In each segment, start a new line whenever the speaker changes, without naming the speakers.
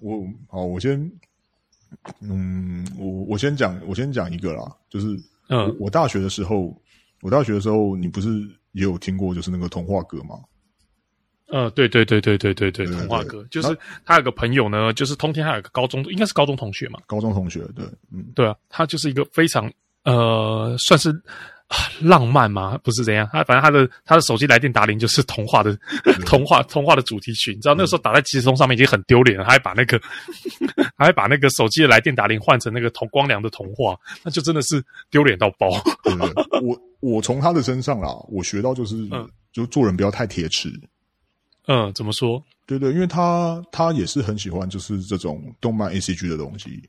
我好，我先，嗯，我我先讲，我先讲一个啦，就是
嗯
我我大学的时候，我大学的时候，你不是也有听过就是那个童话歌吗？
呃，对对对对对对
对
对，
对
童话
对
哥就是他有个朋友呢，就是通天，他有个高中，应该是高中同学嘛，
高中同学，对，嗯，
对啊，他就是一个非常呃，算是啊浪漫嘛，不是怎样，他反正他的他的手机来电打铃就是童话的 童话童话的主题曲，你知道那个时候打在即时通上面已经很丢脸了，他还把那个 他还把那个手机的来电打铃换成那个童光良的童话，那就真的是丢脸到爆。
对对对我我从他的身上啦，我学到就是，
嗯
就做人不要太铁齿，
嗯，怎么说？
对对，因为他他也是很喜欢就是这种动漫 A C G 的东西，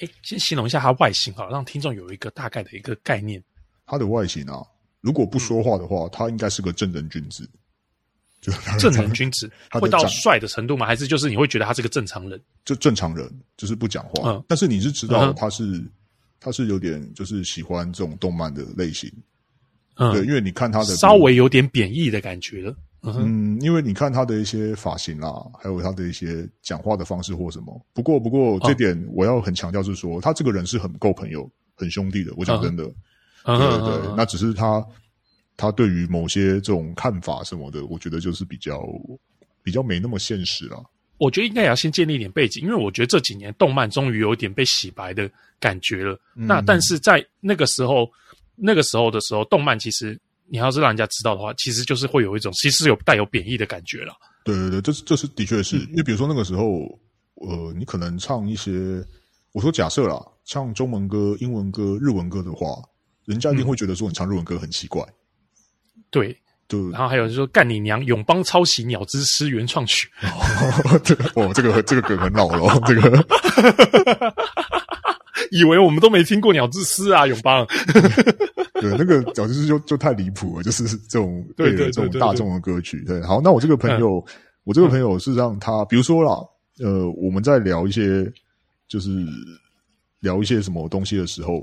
哎，先形容一下它外形好了，让听众有一个大概的一个概念。
他的外形啊，如
嗯
果不说话的话，他应该是个正人君子，就
正人君子
嗯他的
会到
长
帅的程度吗？还是就是你会觉得他是个正常人？
就正常人，就是不讲话。
嗯
但是你是知
嗯
道
哼
他是、他是有点就是喜欢这种动漫的类型，对，
嗯，
因为你看他的
稍微有点贬义的感觉了。嗯哼，
嗯，因为你看他的一些发型啦，还有他的一些讲话的方式或什么。不过不过这点我要很强调是说，他这个人是很够朋友、很兄弟的。我讲真的，对
嗯哼
对对，
嗯哼
那只是他他对于某些这种看法什么的，我觉得就是比较比较没那么现实啦。
我觉得应该也要先建立一点背景，因为我觉得这几年动漫终于有点被洗白的感觉了。
嗯
那但是在那个时候，那个时候的时候，动漫其实你要是让人家知道的话，其实就是会有一种其实有带有贬义的感觉了。
对对对，这是这是的确是、因为比如说那个时候，呃，你可能唱一些，我说假设啦，唱中文歌、英文歌、日文歌的话，人家一定会觉得说你唱日文歌很奇怪，
对，
对。
然后还有人说干你娘，永邦抄袭《鸟之诗》原创曲，
这个 哦，这个这个梗很老了哦，这个
以为我们都没听过《鸟之诗》啊，永邦。
对那个早就是就就太离谱了，就是这种
对
类
对
的这种
对对嗯
大
对
众的歌曲。对，好，那我这个朋友，我这个朋友是让他，比如说啦，呃，我们在聊一些就是聊一些什么东西的时候，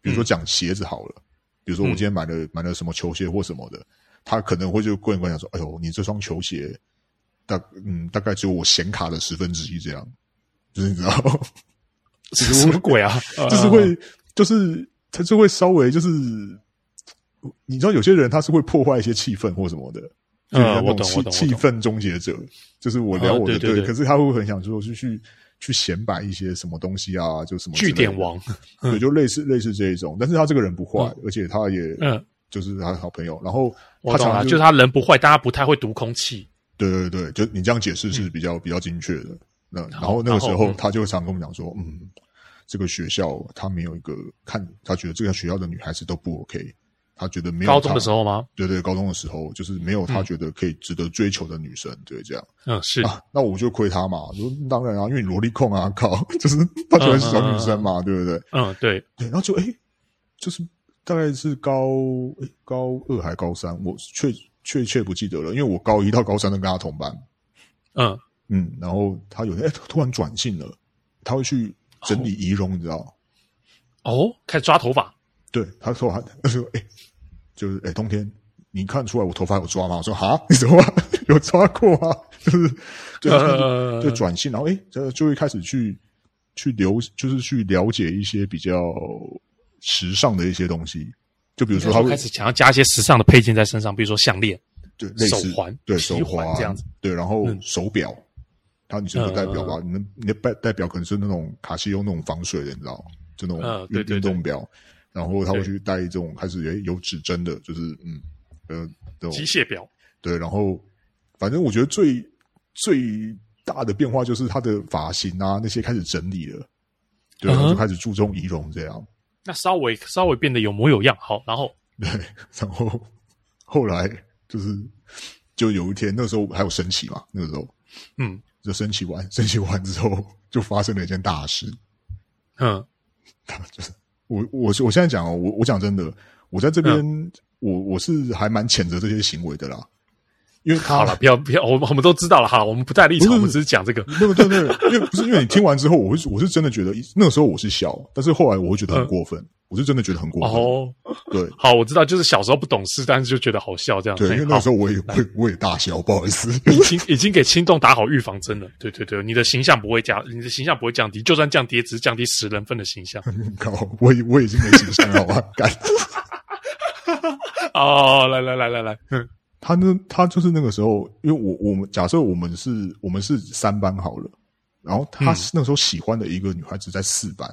比如说讲鞋子好了，比如说我
嗯
今天买了、买了什么球鞋或什么的，他可能会就跟人讲说，哎呦，你这双球鞋大嗯大概只有我显卡的十分之一这样，就是你知道。
什么鬼啊？
就是会，就是他就会稍微就是，你知道有些人他是会破坏一些气氛或什么的，就是
嗯
那
我
种
懂
气
我懂
气
我懂
氛终结者，就是我聊
嗯
我的
对对对
可是他会很想说就去去显摆一些什么东西啊，就什么之
据
类的
点，嗯王，
对，就类似类似这一种，但是他这个人不坏，而且他也
嗯，
就是他的好朋友，然后
我
他
懂
常
了，
常
就是他人不坏，但他不太会读空气。
对对对，就你这样解释是比较、比较精确的。那然后那个时
嗯然后
候
嗯
他就常跟我们讲说，嗯，这个学校他没有一个看，他觉得这个学校的女孩子都不 OK，他觉得没有
高中的时
候，
候吗？
对对，高中的时候就是没有他觉得可以值得追求的女生，对，这样
嗯，是，
啊，那我就亏他嘛，我说当然啊，因为你萝莉控啊，靠，就是他喜欢小女生嘛，对不对？
嗯，对，
对，然后就哎，诶就是大概是高诶高二还高三，我确确切不记得了，因为我高一到高三都跟他同班。
嗯，
嗯，然后他有天哎、突然转性了，他会去整理仪容，你知道？
哦，开始抓头发，
对，他说他他说哎、就是哎、冬天你看出来我头发有抓吗？我说哈， 你什么有抓过吗？就是 对，他就
呃，
就转性，然后哎、就就会开始去去了，就是去了解一些比较时尚的一些东西，就比如说他
就
会
开始想要加一些时尚的配件在身上，比如说项链，
对类似
手环
对
皮
手啊
环这样子，嗯
对，然后手表。他女生的代表吧，你的你的代代表可能是那种卡西欧那种防水的，你知道吗？就那种
嗯
运
对对
运
对
动表，然后他会
对
去戴这种开始诶有指针的，就是嗯呃这种
机械表，
对，然后反正我觉得最最大的变化就是他的发型啊那些开始整理了，对，
嗯
然
哼
后就开始注重仪容这样，
那稍微稍微变得有模有样，好，然后
对，然后后来就是就有一天那时候还有升旗嘛，那个时候
嗯
就升旗完， 升旗完之后就发生了一件大事。
嗯
就是我我我现在讲哦，我我讲真的，我在这边、
嗯
我我是还蛮谴责这些行为的啦，因为他
好了，不要不要，我们我们都知道了，好了，我们不带立场，
不
我
是
们只是讲这个，
对不对？对，因为不是因为你听完之后，我会我是真的觉得那个时候我是笑，但是后来我会觉得很过分，我是真的觉得很过分。
嗯哦，
对
好，我知道，就是小时候不懂事，但是就觉得好笑这样。
对，因为
嘿
那
好
时候我也我也我也大笑，不好意思。
已经 已经给轻动打好预防针了。对对对，你的形象不会加，你的形象不会降低，就算降低，也只是降低十人份的形象。
靠，我已我已经没形象了，好吧？ 干
哦，来来来来来，嗯
他呢，他就是那个时候，因为我我们假设我们是我们是三班好了，然后他
嗯
那时候喜欢的一个女孩子在四班，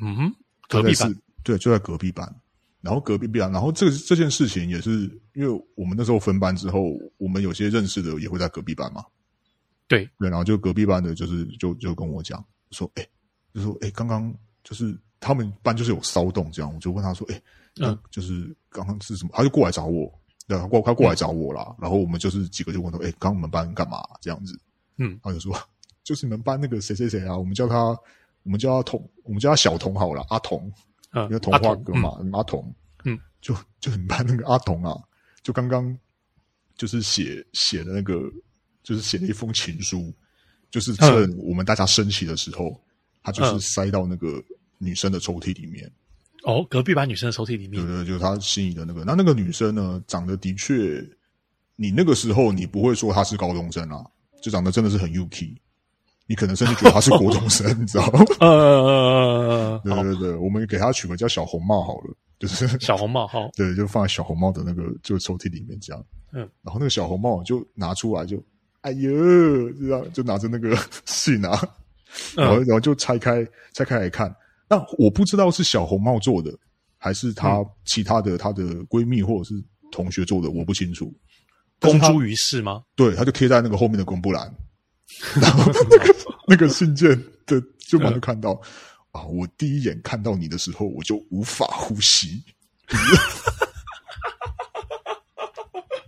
嗯哼，
她
隔壁
在
班
四，对，就在隔壁班。然后隔壁班，然后这这件事情也是因为我们那时候分班之后，我们有些认识的也会在隔壁班嘛，
对，
对，然后就隔壁班的，就是就就跟我讲说，哎、就说哎、刚刚就是他们班就是有骚动这样，我就问他说，哎、那
嗯
就是刚刚是什么？他就过来找我，对，啊他过他
嗯
过来找我啦。然后我们就是几个就问他，哎、刚刚我们班干嘛这样子？
嗯，
他就说， 就是你们班那个谁谁谁啊，我们叫他我们叫他童，我们叫他小童好了，阿童，
嗯
因为，童
阿
话
童
歌
嗯
嘛，阿童，
嗯，
就 就你们班那个阿童啊，就刚刚就是写写的那个，就是写了一封情书，就是趁我们大家升旗的时候，他就是
嗯
塞到那个女生的抽屉里面，
哦，隔壁班女生的抽屉里面
对，对，就是他心仪的那个。那那个女生呢，长得的确，你那个时候你不会说她是高中生啊，就长得真的是很 UK，你可能甚至觉得她是国中生， 你知道吗？
呃呃，呃呃
对
好，
对对，我们给她取个叫小红帽好了，就是
小红帽，好，
对，就放在小红帽的那个就抽屉里面这样。
嗯
然后那个小红帽就拿出来就，哎呦，这样就拿着那个 信啊， 然后、
嗯
然后就拆开拆开来看。那我不知道是小红帽做的，还是
嗯
她其他的她的闺蜜或者是同学做的，我不清楚。但是
公
她
诸于世吗？
对，他就贴在那个后面的公布栏，然 后那个那个信件的就
嗯
马上看到、啊，我第一眼看到你的时候，我就无法呼吸。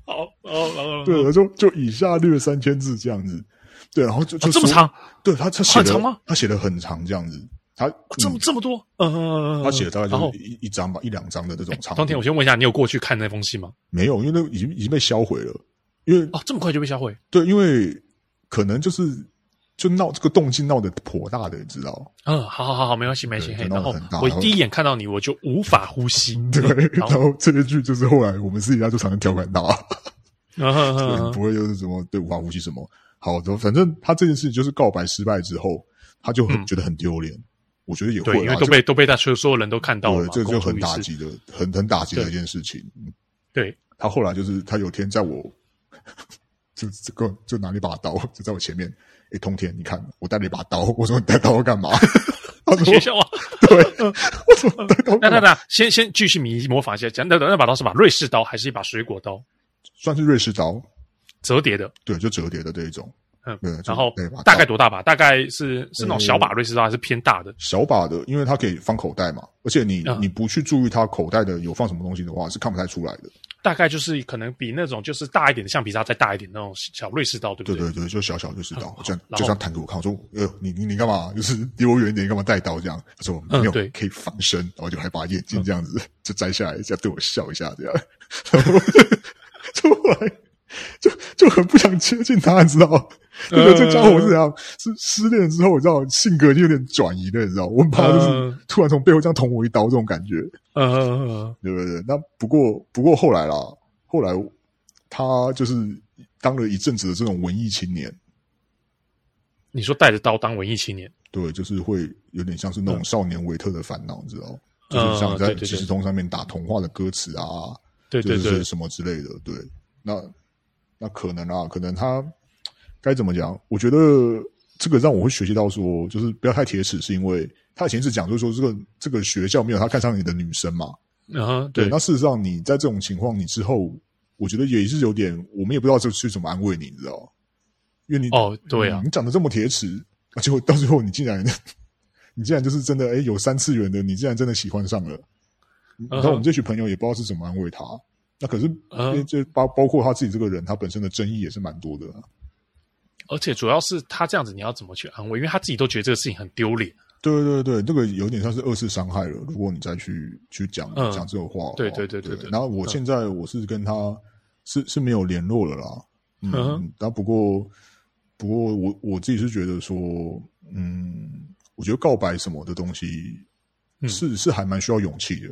好，哦哦，哦
对，，然后就就以下略三千字这样子，对，然后就就、嗯
哦这么长，
对他他写
很
的
长吗
他写的很长这样子，他、
哦这么
嗯
这么多，嗯嗯嗯，嗯
他写的大概
然后哎
就是一一张吧，一两张的这种长度。
当天我先问一下，你有过去看那封信吗？
没有，因为那个已经已经被销毁了，因为
哦，这么快就被销毁？
对，因为可能就是就闹这个动静闹得颇大的，你知道。
嗯，好好好好，没关系没关系。
对
嘿
就闹
然
得
后
很大
我
然后
第一眼看到你，我就无法呼吸。
对，然
然后
后这一句就是后来我们私底下就常常调侃他，
嗯 嗯嗯
对
嗯
不会就是什么对无法呼吸什么。好的，反正他这件事情就是告白失败之后，他就很、
嗯
觉得很丢脸，我觉得也会
对，因
啦
为都
就
被都被他所有所有人都看到了
对
嘛，
这个就
公诸
很
于
打
世。
击的，很很打击的一件事情。嗯
对，
他后来就是他有天在我，就这个就拿了一把刀，就在我前面。诶，通天，你看我带了一把刀，我说你带刀干嘛？ 他说
学校啊，
对，我说你 带刀
那
干
那
嘛？
那，先先继续迷模仿一下，讲那那那把刀是把瑞士刀还是一把水果刀？
算是瑞士刀，
折叠的，
对，就折叠的这一种。
嗯
对，就
然后
带一把刀
大概多大把？大概是是那种小把
呃
瑞士刀，还是偏大的？
小把的，因为它可以放口袋嘛，而且你、
嗯
你不去注意它口袋的有放什么东西的话，是看不太出来的。
大概就是可能比那种就是大一点的橡皮擦再大一点那种小瑞士刀，对不
对
对？
对对，就小小就知道，这样就
然后
这样弹给我看，我说，呃，你你你干嘛？就是离我远一点，你干嘛带刀这样？他说
嗯
没有，
对嗯
可以防身，然后就还把眼镜这样子、就摘下来，这样对我笑一下，这样， 然后就后来就就很不想接近他，你知道吗？就觉得这家伙是怎
嗯
样？是失恋之后，你知道性格就有点转移的，你知道吗？我很怕他就是
嗯
突然从背后这样捅我一刀这种感觉。
嗯嗯嗯
对不对？那不过不过后来啦，后来他就是当了一阵子的这种文艺青年，
你说带着刀当文艺青年，
对，就是会有点像是那种少年维特的烦恼，你知道？就
嗯
是像在
对对对
即时通上面打童话的歌词啊，
对对
就是
对，
什么之类的。对，那那可能啊，可能他该怎么讲？我觉得这个让我会学习到说，就是不要太铁齿，是因为他以前是讲，就是说这个这个学校没有他看上你的女生嘛，
嗯哼，
对，那事实上你在这种情况，你之后我觉得也是有点，我们也不知道这去怎么安慰你，你知道吗？因为你
哦，对啊
嗯，你长得这么铁齿，而且到最后你竟然，你竟然就是真的，哎，有三次元的，你竟然真的喜欢上了。然后我们这群朋友也不知道是怎么安慰他。那可是，
嗯
因为这包包括他自己这个人，他本身的争议也是蛮多的。啊
而且主要是他这样子，你要怎么去安慰？因为他自己都觉得这个事情很丢脸。
对对对，这个有点像是二次伤害了。如果你再去去讲、
嗯
讲这种话的话，哦
对对对对
对
对
然后我现在我是跟他是是没有联络了啦。嗯
嗯哼，
但不过不过我我自己是觉得说，嗯，我觉得告白什么的东西，是是还蛮需要勇气的。